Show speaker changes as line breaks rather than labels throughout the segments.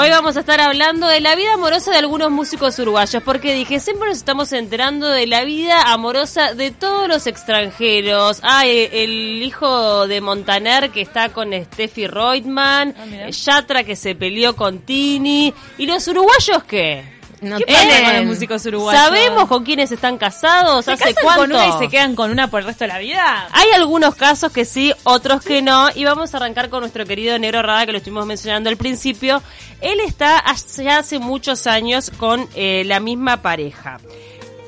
hoy vamos a estar hablando de la vida amorosa de algunos músicos uruguayos, porque dije, siempre nos estamos enterando de la vida amorosa de todos los extranjeros. Ah, eh, el hijo de Montaner que está con Steffi Reutemann,
Ah, mirá.
eh, Yatra que se peleó con Tini, y los uruguayos qué? Eh,
No
¿Qué
tienen.
pasa con los músicos uruguayos?
¿Sabemos con quiénes están casados?
¿Se
¿Hace
casan
cuánto?
con una y se quedan con una por el resto de la vida?
Hay algunos casos que sí, otros que no. Y vamos a arrancar con nuestro querido Negro Rada, que lo estuvimos mencionando al principio. Él está hace- ya hace muchos años con eh, la misma pareja.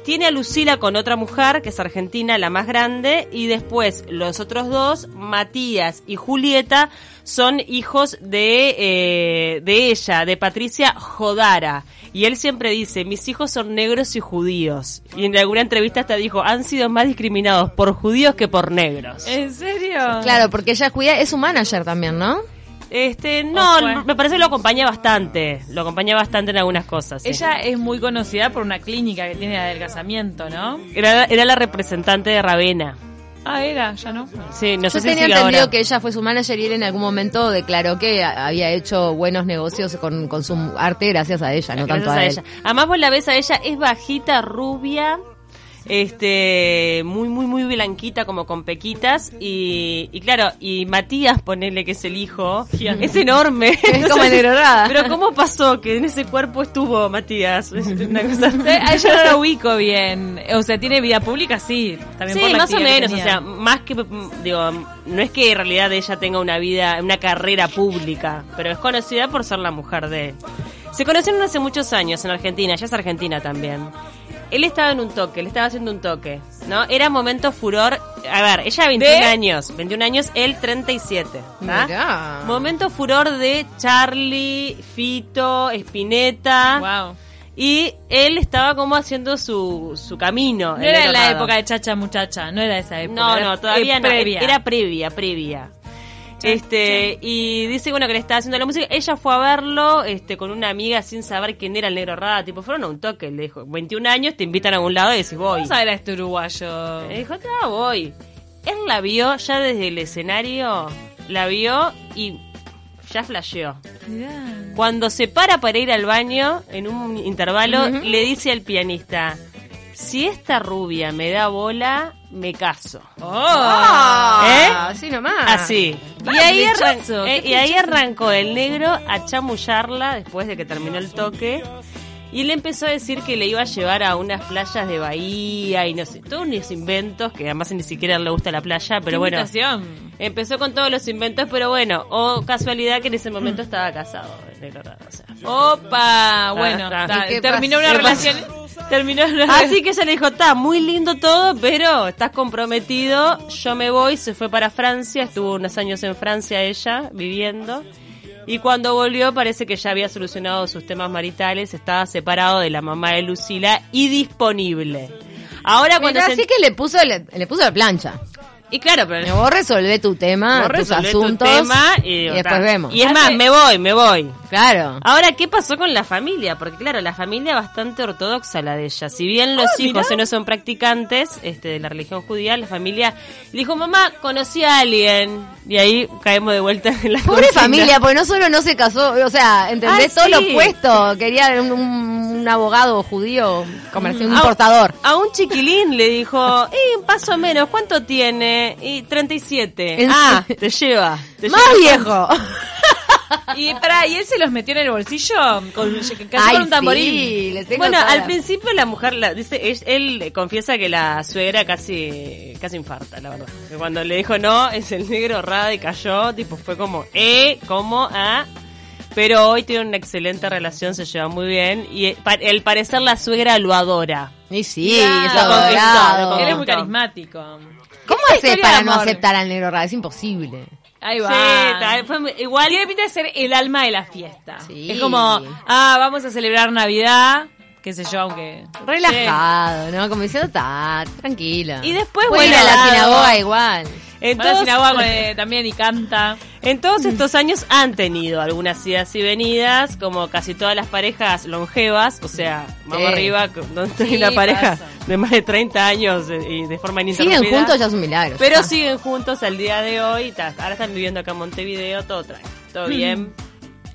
Tiene a Lucila con otra mujer, que es argentina, la más grande, y después los otros dos, Matías y Julieta, son hijos de, eh, de ella, de Patricia Jodara. Y él siempre dice, mis hijos son negros y judíos. Y en alguna entrevista hasta dijo, han sido más discriminados por judíos que por negros.
Eh,
¿En serio?
Claro, porque ella cuida, es su manager también, ¿no?
Este, no,
fue?
me parece que lo acompaña bastante. Lo acompaña bastante en algunas cosas. sí.
Ella es muy conocida por una clínica que tiene de adelgazamiento, ¿no?
era, era la representante de Ravena.
Ah, era, ya no.
Sí, no
Yo
sé si
tenía
sigue
entendido
ahora.
que ella fue su manager y él en algún momento declaró que a- había hecho buenos negocios con, con su arte gracias a ella, no
Gracias
tanto a,
a
él.
ella. Además vos la ves a ella, es bajita, rubia, este, muy, muy, muy blanquita, como con pequitas. Y, y claro, y Matías, ponele que es el hijo,
Gigante.
es enorme.
Es como
Entonces,
Negro Rada.
Pero ¿cómo pasó que en ese cuerpo estuvo Matías? Es una cosa...
Eh, A ella no la ubico bien. O sea, tiene vida pública, sí. También por
Sí,
la
más o
actividad que
menos, o
tenía.
sea, más que, mm, digo, mm, no es que en realidad ella tenga una vida, una carrera pública, pero es conocida por ser la mujer de él. Se conocieron hace muchos años en Argentina, ella es argentina también. Él estaba en un toque, le estaba haciendo un toque, ¿no? Era momento furor, a ver, ella 21
¿De?
años, 21 años, él 37, ¿tá?
Mirá.
Momento furor de Charlie, Fito, Spinetta.
Wow.
Y él estaba como haciendo su, su camino.
No
el
era en la
Colorado.
época de Chacha Muchacha, no era esa época.
No,
era,
no, todavía
eh,
no.
previa.
Era previa, previa. Este, y dice bueno que le estaba haciendo la música, ella fue a verlo, este, con una amiga sin saber quién era el negro rada, tipo, fueron a un toque, le dijo, 21 años, te invitan a algún lado y decís voy.
Vamos a ver a este uruguayo.
Le dijo, ah, voy. Él la vio ya desde el escenario, la vio y ya flasheó.
Mirá.
Cuando se para para ir al baño, en un intervalo, le dice al pianista, si esta rubia me da bola, me caso.
¡Oh!
¿Eh?
Así nomás.
Así.
Ah,
y, ahí
flechazo,
arran-
qué
eh, y ahí
flechazo.
arrancó el negro a chamullarla después de que terminó el toque. Y le empezó a decir que le iba a llevar a unas playas de Bahía y no sé, todos unos inventos, que además ni siquiera le gusta la playa,
Qué
pero bueno.
invitación.
Empezó con todos los inventos, pero bueno, o casualidad que en ese momento estaba casado. el negro raro, o sea.
Opa, bueno,
está.
está,
¿Y qué
terminó
pasa?
una
¿Qué pasa?
relación. Terminó una
Así que ella le dijo, está muy lindo todo, pero estás comprometido, yo me voy, se fue para Francia, estuvo unos años en Francia ella, viviendo, y cuando volvió parece que ya había solucionado sus temas maritales, estaba separado de la mamá de Lucila y disponible. Ahora cuando
Mirá,
se...
así que le puso, le, le puso la plancha.
Y claro, pero
Bueno, vos resolvé tu tema,
vos
Ah, tus
resolvé tu
asuntos.
tema
y,
digo,
después
ta.
vemos.
Y es más, me voy, me voy.
Claro.
Ahora, ¿qué pasó con la familia? Porque claro, la familia bastante ortodoxa la de ella. Si bien
Ah,
los hijos no son practicantes este, de la religión judía, la familia le dijo, mamá, conocí a alguien. Y ahí caemos de vuelta en la
Pobre
cocina.
familia, porque no solo no se casó, o sea, ¿entendés?
Ah,
Todo lo
sí.
opuesto. Quería un, un- un abogado judío, comerciante, un
A-
importador.
A un chiquilín le dijo, y un paso menos, ¿cuánto tiene? Y 37.
En
Ah,
serio.
te lleva. Te
Más
lleva.
viejo.
Y para, ¿y él se los metió en el bolsillo? Con, casi
Ay,
con un tamborín.
sí, le tengo
Bueno,
toda
al
la-
principio la mujer la dice, es- él confiesa que la suegra casi casi infarta, la verdad. Que Cuando le dijo no, es el negro rada y cayó, tipo fue como eh, como ah. Pero hoy tiene una excelente relación, se lleva muy bien y eh, pa- al parecer la suegra lo adora.
Y sí,
Mirá,
es
lo conquistó,
abogado.
lo
Él es muy
Tonto.
carismático.
¿Cómo
Esta
haces
historia
para
de
no
amor.
aceptar al negro raro? Es imposible.
Ahí va.
Sí, tal, fue- igual
Tiene pinta de ser el alma de la fiesta.
Sí.
Es como, ah, vamos a celebrar Navidad, qué sé yo, aunque...
Relajado, ¿no? Como diciendo, está, tranquila.
Y después
Puede ir
vuela
a la
al lado.
sinagoga igual.
en
Va a la
todos-
sinagoga con él eh, también y canta.
En todos estos años han tenido algunas idas y venidas, como casi todas las parejas longevas, o sea, vamos
Sí.
arriba, donde
Sí,
hay una pareja
pasa.
de más de 30 años eh, y de forma ininterrumpida.
Siguen juntos ya es un milagro.
Pero
Ah.
siguen juntos al día de hoy, ta- ahora están viviendo acá en Montevideo, todo tranquilo, todo bien.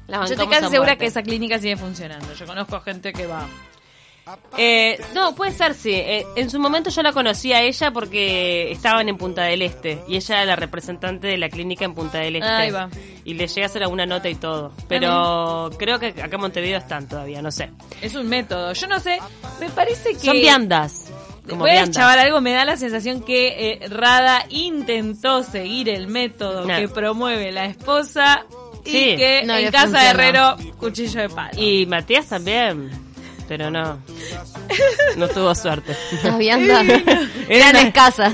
Las
Mm. Yo
bancamos
estoy casi
a
segura
muerte.
que esa clínica sigue funcionando. Yo conozco gente que va.
Eh, no, puede ser, sí. Eh, en su momento yo la conocí a ella porque estaban en Punta del Este y ella era la representante de la clínica en Punta del Este.
Ahí va. Ah,
Y le llega a hacer alguna nota y todo. Pero creo que acá en Montevideo están todavía, no sé.
Es un método. Yo no sé. Me parece que.
Son viandas. Como
Voy a
viandas.
chaval algo, me da la sensación que eh, Rada intentó seguir el método
No.
que promueve la esposa y
Sí.
que
No
en
le
casa de
funcionó.
Herrero, cuchillo de palo.
Y Matías también. Pero no. No tuvo suerte.
Las viandas eran
Era-
escasas.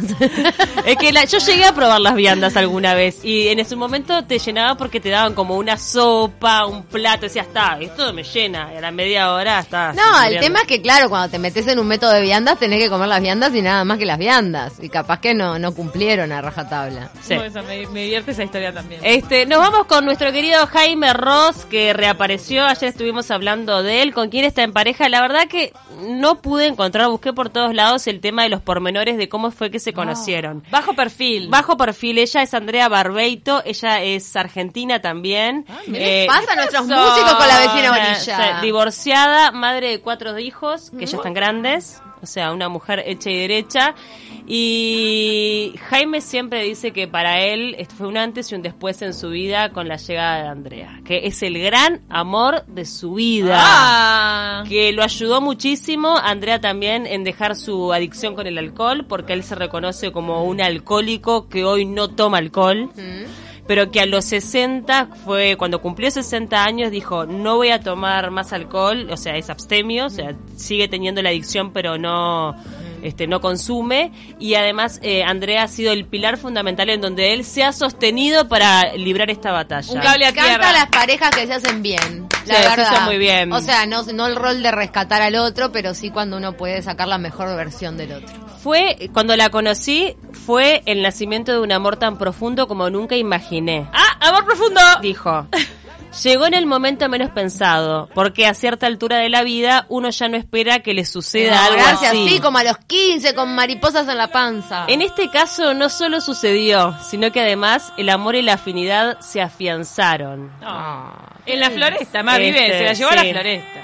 Es que la- yo llegué a probar las viandas alguna vez y en ese momento te llenaba porque te daban como una sopa, un plato, decías, está, esto me llena, y a la media hora está.
No, el tema es que, claro, cuando te metes en un método de viandas, tenés que comer las viandas y nada más que las viandas. Y capaz que no, no cumplieron a rajatabla.
Por eso me, me divierte esa historia también.
Este, nos vamos con nuestro querido Jaime Ross que reapareció, ayer estuvimos hablando de él, con quién está en pareja, la verdad que no pude encontrar, busqué por todos lados el tema de los pormenores de cómo fue que se conocieron.
Bajo perfil.
Bajo perfil, ella es Andrea Barbeito, ella es argentina también.
¿Qué les
Eh,
pasa a nuestros
pasó?
músicos con la vecina
Ah,
orilla?
sí, divorciada, madre de cuatro hijos, que
Mm.
ya están grandes, o sea, una mujer hecha y derecha. Y Jaime siempre dice que para él esto fue un antes y un después en su vida con la llegada de Andrea, que es el gran amor de su vida.
Ah.
Que lo ayudó muchísimo, Andrea también, en dejar su adicción con el alcohol, porque él se reconoce como un alcohólico que hoy no toma alcohol
Mm.
pero que a los 60 fue cuando cumplió 60 años dijo no voy a tomar más alcohol o sea es abstemio o sea
Mm.
sigue teniendo la adicción pero no este no consume y además eh, Andrea ha sido el pilar fundamental en donde él se ha sostenido para librar esta batalla
Un cable a
Canta
tierra.
las parejas que se hacen bien. La
Sí, se
verdad.
hizo muy bien.
O sea, no, no el rol de rescatar al otro, pero sí cuando uno puede sacar la mejor versión del otro.
fue cuando la conocí fue el nacimiento de un amor tan profundo como nunca imaginé
Ah, amor profundo.
dijo. Llegó en el momento menos pensado, porque a cierta altura de la vida uno ya no espera que le suceda algo
Enamorarse
así.
así, como a los 15, con mariposas en la panza.
En este caso no solo sucedió, sino que además el amor y la afinidad se afianzaron.
Ah.
En la floresta, más vive,
Este,
se la llevó a la
sí.
floresta.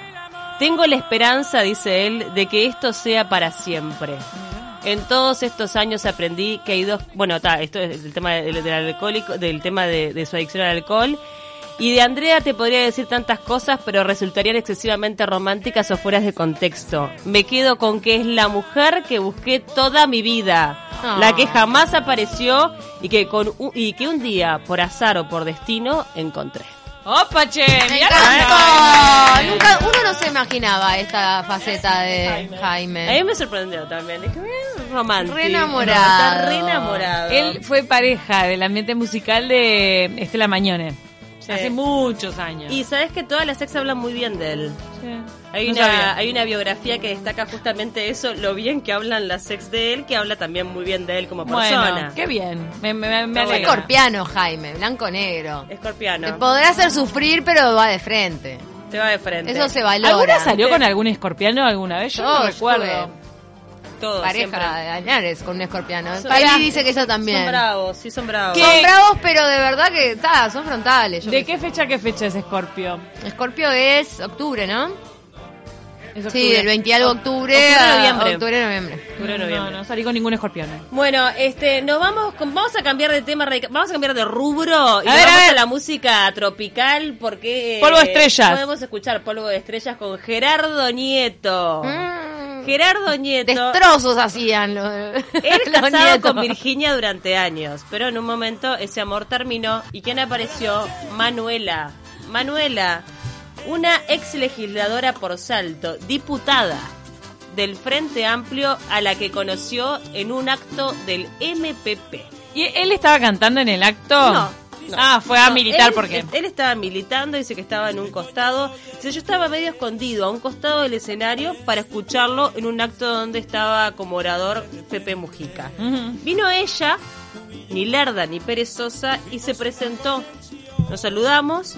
Tengo la esperanza, dice él, de que esto sea para siempre. En todos estos años aprendí que hay dos, bueno, ta, esto es el tema del, del alcohólico, del tema de, de su adicción al alcohol. Y de Andrea te podría decir tantas cosas, pero resultarían excesivamente románticas o fueras de contexto. Me quedo con que es la mujer que busqué toda mi vida,
Ah.
la que jamás apareció y que con un- y que un día por azar o por destino encontré.
¡Opa, che!
e-
Me
mirá
encantó.
lo que-
Nunca, uno no se imaginaba esta faceta de
A mí
Jaime.
me sorprendió también. Dije, "Eh, romántico.
Re enamorado.
Está re enamorado.
Él fue pareja del ambiente musical de Estela Mañone.
Sí.
Hace muchos años.
Y sabes que todas las ex hablan muy bien de él.
Sí.
Hay,
No
una,
sabía.
hay una biografía que destaca justamente eso, lo bien que hablan las ex de él, que habla también muy bien de él como
Bueno,
persona.
qué bien. Me, me, me
Está
alegra.
Escorpiano, Jaime, blanco-negro. Te
Escorpiano.
podrá hacer sufrir, pero va de frente.
Te va de frente.
Eso se valora.
¿Alguna salió con algún escorpiano alguna vez? Yo
Yo
no
estuve
recuerdo.
Todo, siempre.
Pareja de Añares con un escorpiano.
Son-
Ahí
Pará.
dice que ella
Son
también.
bravos, sí son bravos.
Son bravos, pero de verdad que está, son frontales. yo
¿De
qué
qué fecha a qué fecha es Escorpio?
sé. Escorpio es octubre, ¿no?
Es
Sí,
octubre.
del 20 algo octubre,
Octubre,
a
noviembre.
octubre, noviembre.
Octubre,
No,
noviembre.
no salí con ningún escorpiano.
Bueno, este, nos vamos, con- vamos a cambiar de tema, radica- vamos a cambiar de rubro y nos
ver,
vamos
a
a,
ver.
la música tropical porque eh,
Polvo de estrellas.
Podemos escuchar Polvo de estrellas con Gerardo Nieto.
Mm.
Gerardo Oh. Nieto.
Destrozos hacían los,
Él
los
casado
nietos.
con Virginia durante años, pero en un momento ese amor terminó y quién apareció Manuela. Manuela, una ex legisladora por Salto, diputada del Frente Amplio a la que conoció en un acto del MPP.
¿Y él estaba cantando en el acto?
No, no.
Ah, fue a
No,
militar
él-
porque.
Él estaba militando, dice que estaba en un costado. Dice, yo estaba medio escondido, a un costado del escenario, para escucharlo en un acto donde estaba como orador Pepe Mujica.
Ujú.
Vino ella, ni lerda ni perezosa, y se presentó. Nos saludamos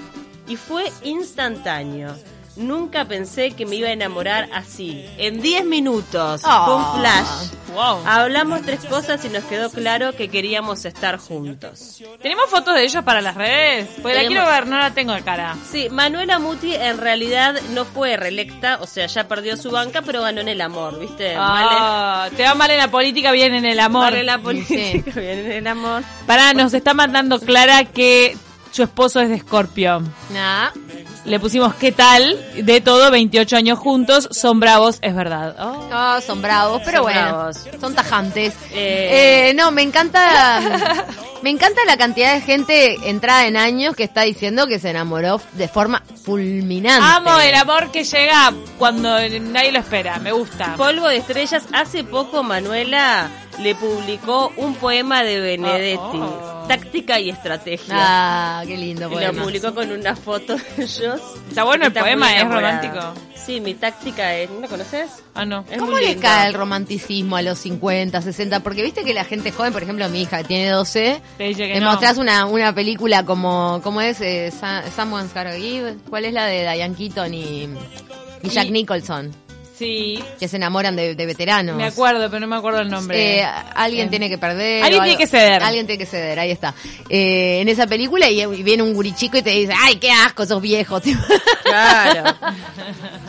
y fue instantáneo. Nunca pensé que me iba a enamorar así. En 10 minutos.
Ah.
Fue un flash.
Wow.
Hablamos tres cosas y nos quedó claro que queríamos estar juntos.
¿Tenemos fotos de ellos para las redes? Pues la
Tenemos.
quiero ver, no la tengo de cara.
Sí, Manuela Muti en realidad no fue reelecta, o sea, ya perdió su banca, pero ganó en el amor, ¿viste?
Ah, te va mal en la política, bien en el amor.
Mal en Eh, la política, bien en el amor.
Pará, nos está mandando Clara que su esposo es de Escorpio.
Nah.
Le pusimos qué tal, de todo, 28 años juntos, son bravos, es verdad. Oh.
No, son bravos, pero
Son
bueno,
bravos.
son tajantes.
Eh.
Eh, no, me encanta, me encanta la cantidad de gente entrada en años que está diciendo que se enamoró de forma fulminante.
Amo el amor que llega cuando nadie lo espera, me gusta.
Polvo de estrellas, hace poco Manuela le publicó un poema de Benedetti,
Oh, oh.
Táctica y Estrategia.
Ah, qué lindo
y lo
poema.
publicó con una foto de ellos.
Está bueno el
Está muy
poema, es
enamorada.
romántico.
Sí, mi táctica es... ¿No lo conoces?
Ah, no.
Es
¿Cómo
muy
les
lindo.
cae el romanticismo a los 50, 60? Porque viste que la gente joven, por ejemplo, mi hija que tiene 12,
Te dice que
le
no.
mostrás una, una película como, ¿cómo es? Eh, Sa- Someone's Gotta Give. ¿Cuál es la de Diane Keaton y, y Jack
Y-
Nicholson?
Sí,
Que se enamoran de, de veteranos.
me acuerdo, pero no me acuerdo el nombre.
Eh, alguien tiene que perder.
Alguien
o
tiene
algo-
que ceder.
Alguien tiene que ceder, ahí está. Eh, en esa película y, y viene un gurichico y te dice, ay, qué asco, sos viejo.
Claro.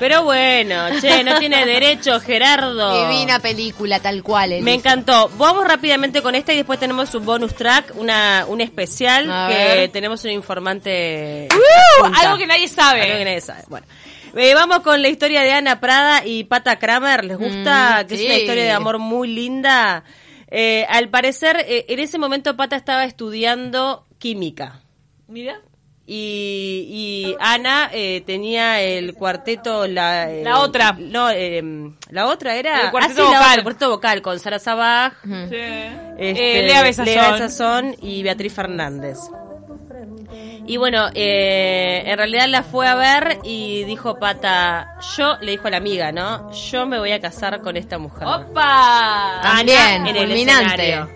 Pero bueno, che, no tiene derecho, Gerardo.
Divina película, tal cual. Elisa.
Oh. Me encantó. Vamos rápidamente con esta y después tenemos un bonus track, una un especial
A
que
ver.
tenemos un informante.
Uh,
junta.
algo que nadie sabe.
Algo que nadie sabe. Bueno. Eh, vamos con la historia de Ana Prada y Pata Kramer. ¿Les gusta?
Mm,
que
sí.
es una historia de amor muy linda. Eh, al parecer, eh, en ese momento Pata estaba estudiando química.
Mira.
Y, y Ana eh, tenía el cuarteto. La, eh,
La otra.
No, eh, la otra era.
El cuarteto
Ah, sí, la
vocal.
otra, el cuarteto vocal con Sara Sabaj.
Sí.
este,
Eh, Lea Besazón.
Lea Besazón y Beatriz Fernández. Y bueno, eh, en realidad la fue a ver y dijo Pata, yo, le dijo a la amiga, ¿no? Yo me voy a casar con esta mujer.
¡Opa!
Ana
Bien,
en el
fulminante.
escenario.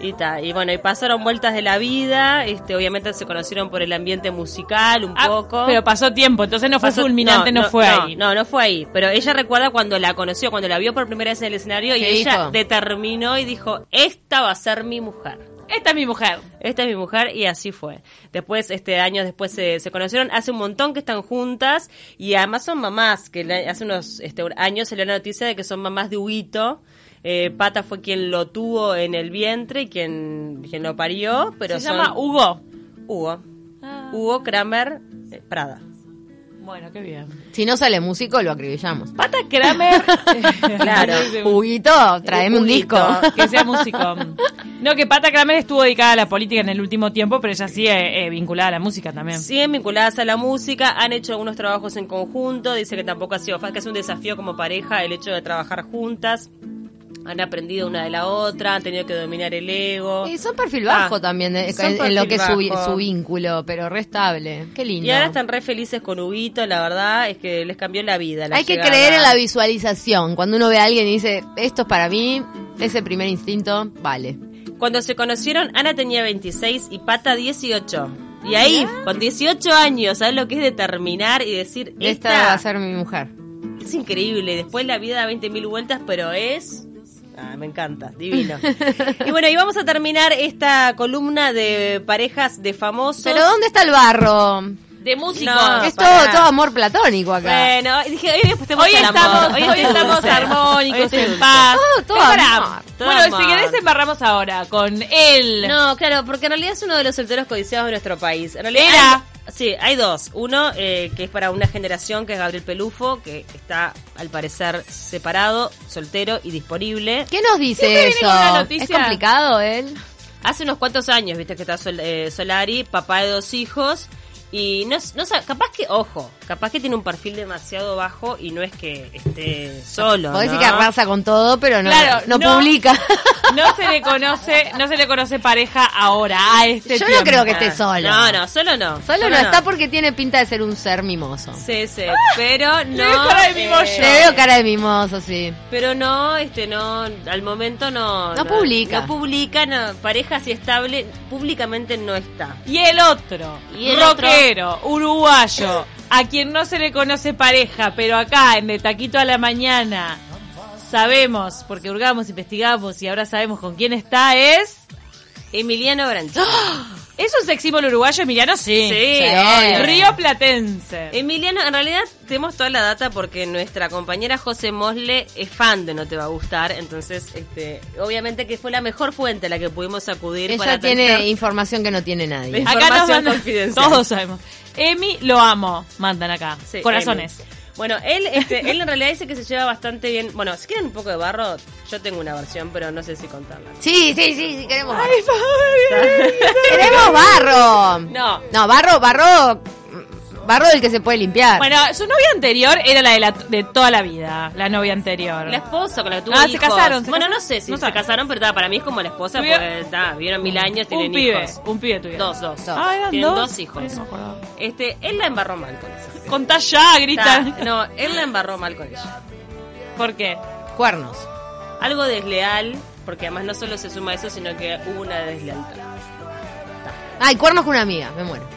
Y, ta, y bueno, y pasaron vueltas de la vida, este obviamente se conocieron por el ambiente musical un
Ah,
poco.
Pero pasó tiempo, entonces no fue
Pasó-
fulminante, no, fue ahí.
No, no fue ahí. Pero ella recuerda cuando la conoció, cuando la vio por primera vez en el escenario y
¿Qué
ella
dijo?
determinó y dijo, esta va a ser mi mujer.
Esta es mi mujer.
Esta es mi mujer y así fue. Después, este años después se, se conocieron, hace un montón que están juntas y además son mamás, que la- hace unos este, años salió la noticia de que son mamás de Huguito. Eh, Pata fue quien lo tuvo en el vientre y quien, quien lo parió, pero
Se
son-
llama Hugo.
Hugo. Hugo Kramer eh, Prada.
Bueno, qué bien.
Si no sale músico, lo acribillamos.
Pata Kramer.
Claro.
Juguito, traeme un disco.
Juguito.
que sea músico. No, que Pata Kramer estuvo dedicada a la política en el último tiempo, pero ella sí eh, eh, vinculada a la música también.
Siguen vinculadas a la música, han hecho algunos trabajos en conjunto, dice que tampoco ha sido fácil, que es un desafío como pareja el hecho de trabajar juntas, han aprendido una de la otra, han tenido que dominar el ego.
Y son perfil bajo
Ah,
también, eh,
son
en, en lo que es su,
perfil bajo.
su vínculo, pero restable. Qué lindo.
Y ahora están re felices con Huguito, la verdad es que les cambió la vida. la
Hay que
llegada.
creer en la visualización. Cuando uno ve a alguien y dice, esto es para mí, ese primer instinto, vale.
Cuando se conocieron, Ana tenía 26 y Pata 18. Y ahí, con 18 años, ¿sabes lo que es determinar y decir,
Esta
esta
va a ser mi mujer.
Es increíble, después la vida da 20.000 vueltas, pero es... Ah, me encanta, divino. y bueno, y vamos a terminar esta columna de parejas de famosos.
Pero ¿dónde está el barro?
De músicos.
No,
es
pará.
todo, todo amor platónico acá.
Bueno, dije, hoy, apostemos
Hoy
al amor,
estamos, hoy
estoy
estamos
dulce. Hoy
armónicos,
estoy
en
dulce.
paz.
Todo, todo
Pero pará.
amor.
Todo
bueno,
amor.
si querés embarramos ahora con él.
No, claro, porque en realidad es uno de los solteros codiciados de nuestro país. En realidad
Era.
hay- sí, hay dos. Uno eh, que es para una generación, que es Gabriel Pelufo, que está al parecer separado, soltero y disponible.
¿Qué nos dice
Siempre viene con una
eso?
noticia.
¿Es complicado él?
Hace unos cuantos años, viste que está Sol- eh, Solari, papá de dos hijos, y no, s- no sa- capaz que, ojo, capaz que tiene un perfil demasiado bajo y no es que esté solo.
Podés
¿no?
decir que arrasa con todo, pero no,
Claro,
no,
no.
publica.
No se le conoce, no se le conoce pareja ahora, a este
Yo
tiempo.
no creo que esté solo.
Ah. No, no, solo no.
Solo no, está Ah, porque tiene pinta de ser un ser mimoso.
Sí, sí, pero no. eh,
veo cara de mimoso.
Le veo cara de mimoso, sí.
Pero no, este, no, al momento no.
No publica.
No publica, no, pareja así estable, públicamente no está.
Y el otro,
Y el
rockero, uruguayo, a quien no se le conoce pareja, pero acá en De Taquito a la Mañana sabemos, porque hurgamos, investigamos y ahora sabemos con quién está, es...
Emiliano Branchi.
¡Ah!
¿Es un sexímolo uruguayo, Emiliano? Sí.
Sí,
obvio.
Río Platense.
Emiliano, en realidad tenemos toda la data porque nuestra compañera José Mosle es fan de No Te Va a Gustar, entonces, este, obviamente que fue la mejor fuente a la que pudimos acudir para
Ella tiene
tener-
información que no tiene nadie.
Ve-
Acá nos
información
mandan,
confidencial.
todos sabemos. Emi, lo amo, mandan acá.
Sí,
Corazones.
Amy. Bueno, él, este, él en realidad dice que se lleva bastante bien. Bueno, si quieren un poco de barro, yo tengo una versión, pero no sé si contarla.
Sí, sí, sí, sí, queremos barro. queremos barro.
No.
No, barro, barro. Barro del que se puede limpiar.
Bueno, su novia anterior era la de, la, de toda la vida, la novia anterior.
La esposa con la que tuvo
Ah, se
hijos.
casaron, se
bueno,
casaron.
no sé si
No
se
sabe.
casaron, pero ta, para mí es como la esposa,
Tuvieron-
porque ta, vieron mil años, tienen
un pibe,
hijos.
un pibe tuyo.
Dos, dos.
Dos.
Ah, eran
Tienen
dos.
dos hijos.
Ay, no me acuerdo.
Este, él la embarró mal con eso.
Contá ya, grita.
Ta, no, él la embarró mal con ella.
¿Por qué?
Cuernos.
Algo desleal, porque además no solo se suma eso, sino que hubo una deslealtad.
Ay, cuernos con una amiga, me muero.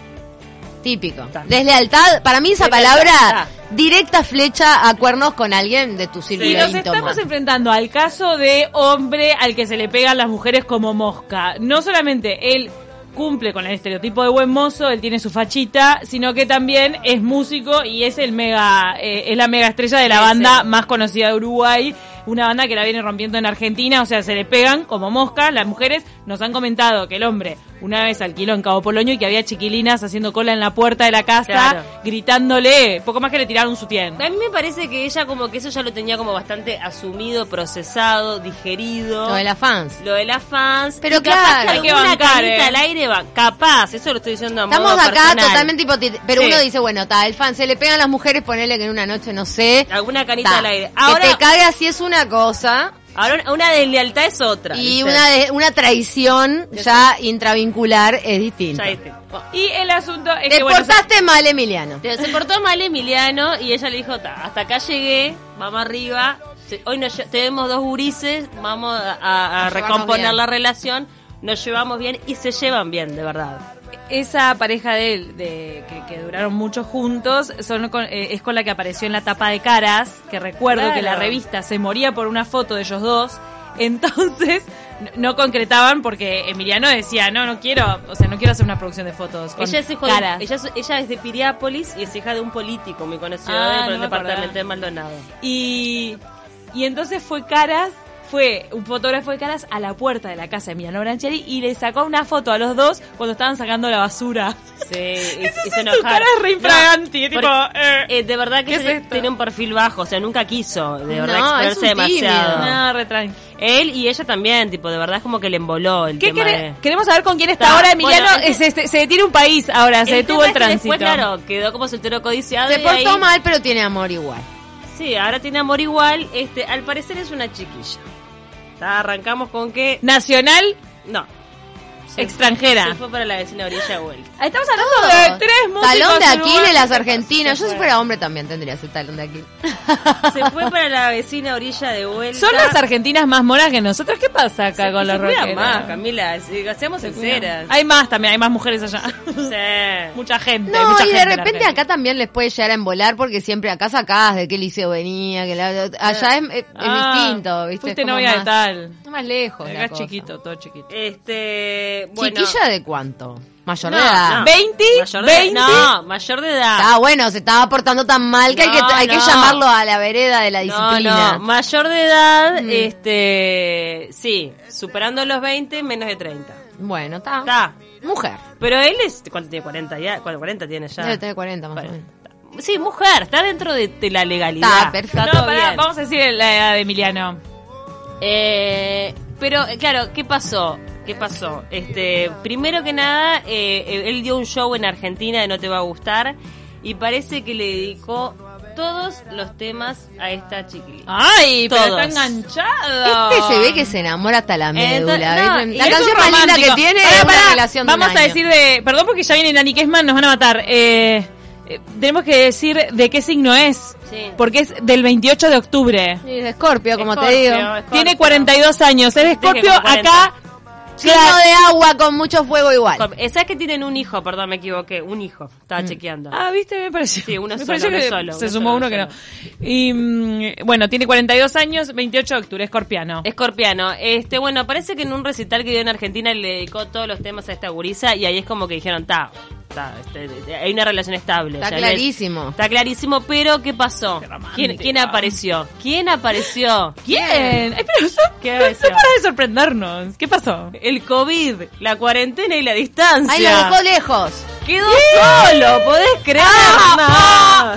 Típico.
Ta.
Deslealtad, para mí esa
Deslealtad.
palabra, directa flecha a cuernos con alguien de tu círculo
Y nos
íntimo.
estamos enfrentando al caso de hombre al que se le pegan las mujeres como mosca. No solamente él cumple con el estereotipo de buen mozo, él tiene su fachita, sino que también es músico y es el mega, eh, es la mega estrella de la
Sí,
banda
sí.
más conocida de Uruguay, una banda que la viene rompiendo en Argentina, o sea, se le pegan como mosca las mujeres. Nos han comentado que el hombre una vez alquiló en Cabo Polonio y que había chiquilinas haciendo cola en la puerta de la casa,
Claro.
gritándole, poco más que le tiraron su tienda.
A mí me parece que ella como que eso ya lo tenía como bastante asumido, procesado, digerido.
Lo de las fans.
Lo de las fans.
Pero
Y capaz
claro.
que
Hay
que
alguna
bancar,
carita
eh.
al aire va. Capaz, eso lo estoy diciendo a
Estamos
modo
acá
personal.
totalmente hipotéticos. Pero
Sí.
uno dice, bueno, ta, el fan se le pegan las mujeres, ponele que en una noche, no sé.
Alguna carita
ta,
al aire. Este
que
Ahora,
te cague así es una cosa.
ahora una deslealtad es otra. ¿viste?
Y una, de- una traición ya intravincular es distinta.
Ya dije. Bueno,
Y el asunto es
Te
que bueno,
portaste mal, Emiliano.
Pero se portó mal Emiliano y ella le dijo, "Ta, hasta acá llegué, vamos arriba, Se- hoy nos lle- tenemos dos gurises, vamos a, a- a
Nos llevamos
recomponer
bien.
la relación, nos llevamos bien y se llevan bien, de verdad.
esa pareja de él, de, que, que duraron mucho juntos, son con- eh, es con la que apareció en la tapa de caras, que recuerdo
Claro.
que la revista se moría por una foto de ellos dos, entonces no, no concretaban porque Emiliano decía, no, no quiero, o sea, no quiero hacer una producción de fotos con
Ella es, hijo de-
caras.
ella, es- ella es de Piriápolis y es hija de un político muy conocido
Ah,
de-
no
por el
me acordaba.
departamento de Maldonado.
Y, y entonces fue Caras, fue un fotógrafo de Caras a la puerta de la casa de Emiliano Brancheri y le sacó una foto a los dos cuando estaban sacando la basura.
Sí, y, y se
Su
enojaron.
cara es re
No,
infragante, tipo,
porque,
eh.
eh, de verdad que
¿qué es
se-
esto?
tenía un perfil bajo, o sea, nunca quiso de verdad
No, es
exponerse
un tímido.
demasiado.
No, re tranqui.
Él y ella también, tipo, de verdad es como que le emboló el
¿Qué
tema
quere-
de-
Queremos saber con quién está
Está,
ahora Emiliano.
bueno, el-
se, este, se- se detiene un país ahora, se
El
detuvo
tema
el
es que
tránsito.
Después, claro, quedó como soltero codiciado.
Se
y
portó
ahí-
mal, pero tiene amor igual.
Sí, ahora tiene amor igual. Este, al parecer es una chiquilla. Está, arrancamos con que.
Nacional,
No.
extranjera.
Se fue para la vecina orilla vuelta.
Ah, Estamos hablando de tres músicos.
Talón de Aquiles,
uruguayos.
las argentinas. Yo
Se
si
fue.
fuera hombre también tendría ese talón de Aquiles.
Se fue para la vecina orilla de vuelta.
Son las argentinas más moras que nosotros. ¿Qué pasa acá con
Se
los
cuidan
rockeros?
más, Camila. si- Seamos sinceras.
Hay más también, hay más mujeres allá.
Sí.
mucha gente.
No,
mucha
y de
gente en
repente
Argentina.
acá también les puede llegar a embolar porque siempre acá sacás de qué liceo venía, que la- allá es, es- es
Ah,
distinto, ¿viste?
Fuiste
Es como
novia de
más-
tal.
Más lejos.
Acá
la
es
cosa.
chiquito, todo chiquito.
Este. Bueno.
¿Chiquilla de cuánto? Mayor
No,
de edad.
no.
20,
Mayor de,
20.
No, mayor de edad.
Ah, bueno, se estaba portando tan mal que hay
No,
que, hay que
no.
llamarlo a la vereda de la
No,
disciplina.
no, mayor de edad,
Mm.
este, sí, superando los 20, menos de 30.
Bueno,
Ah.
está.
Está.
Mujer.
Pero él es, ¿cuánto tiene? 40 ya, ¿cuánto? 40 tiene ya.
Debe tener 40 más o
Bueno,
menos.
está. sí, mujer, está dentro de, de la legalidad.
Está, perfecto.
No,
todo
pará,
bien.
vamos a decir la edad de Emiliano.
Eh, pero eh, claro, ¿qué pasó? ¿Qué pasó? Este, primero que nada, eh, eh, él dio un show en Argentina de No te va a gustar y parece que le dedicó todos los temas a esta chiquilita.
Ay, pero
Todos.
está enganchado.
Este se ve que se enamora hasta la médula.
Entonces, no,
¿viste?
y
la
es un
canción más linda que tiene
Pará,
es
pará,
una relación de un
Vamos a
año.
decir de. Perdón porque ya viene Nani Kesman, nos van a matar. Eh, eh, tenemos que decir de qué signo es.
Sí.
Porque es del 28 de octubre.
Sí, de Escorpio, como te
Escorpio,
digo.
Escorpio.
Tiene 42 años. Es de
Viste que
Escorpio
con 40.
acá.
Lleno de agua con mucho fuego igual.
Con- eh, ¿Sabes que tienen un hijo? Perdón, me equivoqué. Un hijo. Estaba chequeando.
Ah, viste, me pareció.
Sí, uno
me
solo,
pareció
uno
que
solo,
Se
uno
sumó
solo,
uno que no. Y mm, bueno, tiene 42 años, 28 de octubre, escorpiano.
Escorpiano, este, bueno, parece que en un recital que dio en Argentina le dedicó todos los temas a esta gurisa y ahí es como que dijeron, ta, ta, este, este, hay una relación estable.
Está
Ya le-
clarísimo.
Está clarísimo, pero ¿qué pasó?
Qué romántica.
¿Quién, quién apareció? ¿Quién apareció?
¿Quién? Ay, pero son-
¿Qué
no, no
deseo?
para de sorprendernos. ¿Qué pasó?
El COVID, la cuarentena y la distancia.
Ahí lo dejó lejos.
Quedó solo, ¿podés creer?
Ah,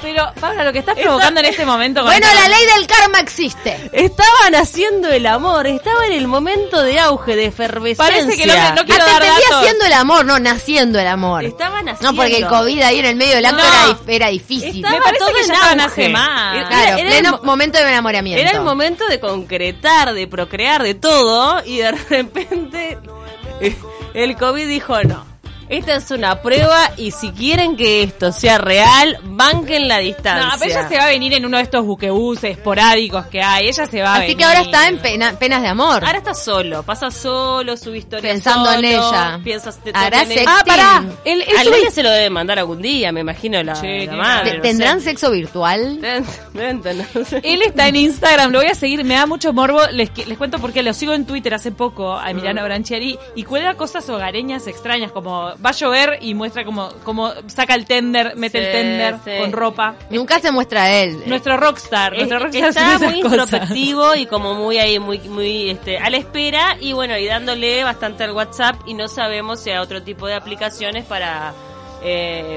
Pero, Paula, lo que estás provocando en este momento. con
Bueno,
esta-
la ley del karma existe.
Estaban haciendo el amor, estaba en el momento de auge, de efervescencia.
Parece que el hombre no quiero
Ah, te
dar
entendí
datos.
haciendo el amor, no naciendo el amor.
Estaban haciendo.
No, porque el COVID ahí en el medio del acto
No.
era dif- era, difícil.
Estaba
Me parece
todo
que ya
en
estaban
auge.
hace más.
Era-
Claro,
era el
pleno
mo-
momento de enamoramiento.
Era el momento de concretar, de procrear, de todo, y de repente eh, el COVID dijo no. Esta es una prueba y si quieren que esto sea real, banquen la distancia.
No, pero ella se va a venir en uno de estos buquebuses esporádicos que hay. Ella se va a
Así
venir.
que ahora está en pena- penas de amor.
Ahora está solo, pasa solo, su historia
Pensando en
solo,
ella.
Piensas te-
Hará
te- te-
sexting.
Ah, pará.
El- el
Al
sub-
nene se lo debe mandar algún día, me imagino la,
Sí,
la
tiene-
madre.
Te-
no
¿Tendrán
sé.
sexo virtual?
Deben- deben tener-
Él está en Instagram, lo voy a seguir, me da mucho morbo. Les, qui- les cuento porque lo sigo en Twitter hace poco a Emiliano Branchieri y cuelga cosas hogareñas extrañas, como va a llover y muestra como, como saca el tender, mete
Sí,
el tender
sí.
con ropa.
Nunca se muestra él.
Nuestro rockstar, nuestro
Es-
rockstar
Eh, está
sube
muy
esas cosas.
introspectivo y como muy ahí, muy, muy este, a la espera y bueno, y dándole bastante al WhatsApp y no sabemos si hay otro tipo de aplicaciones para... eh,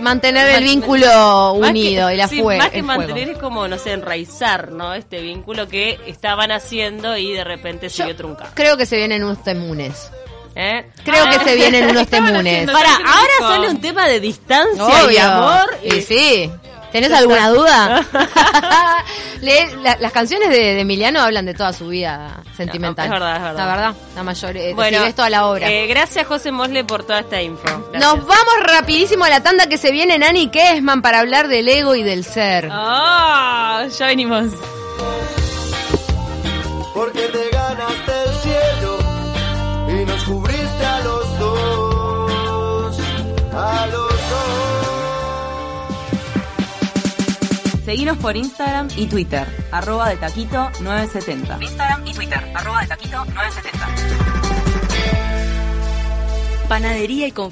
Mantener el
man-
vínculo
más
unido
que-
y la
sí,
fue.
Más que
el
mantener
fuego.
es como, no sé, enraizar, ¿no? Este vínculo que estaban haciendo y de repente se vio truncado.
Creo que se vienen unos temunes.
¿eh?
Creo que se vienen unos
Ah. Estaban
temunes.
haciendo-
Para,
parece que
ahora
dijo-
sale un tema de distancia y
Obvio.
amor.
Y, sí. ¿Tenés alguna duda? Le- la- las canciones de, de Emiliano hablan de toda su vida sentimental.
Es verdad, es verdad.
La verdad, la mayoría. eh, si ves toda la obra.
eh, gracias José Mosle por toda esta info. Gracias.
Nos vamos rapidísimo a la tanda que se viene Nani Kesman para hablar del ego y del ser.
Ah, ya venimos.
porque te ganaste el cielo y nos cubriste a los dos, a los dos.
Seguinos por Instagram y Twitter, arroba de taquito 970. Instagram y Twitter, arroba de taquito 970. Panadería y confitería.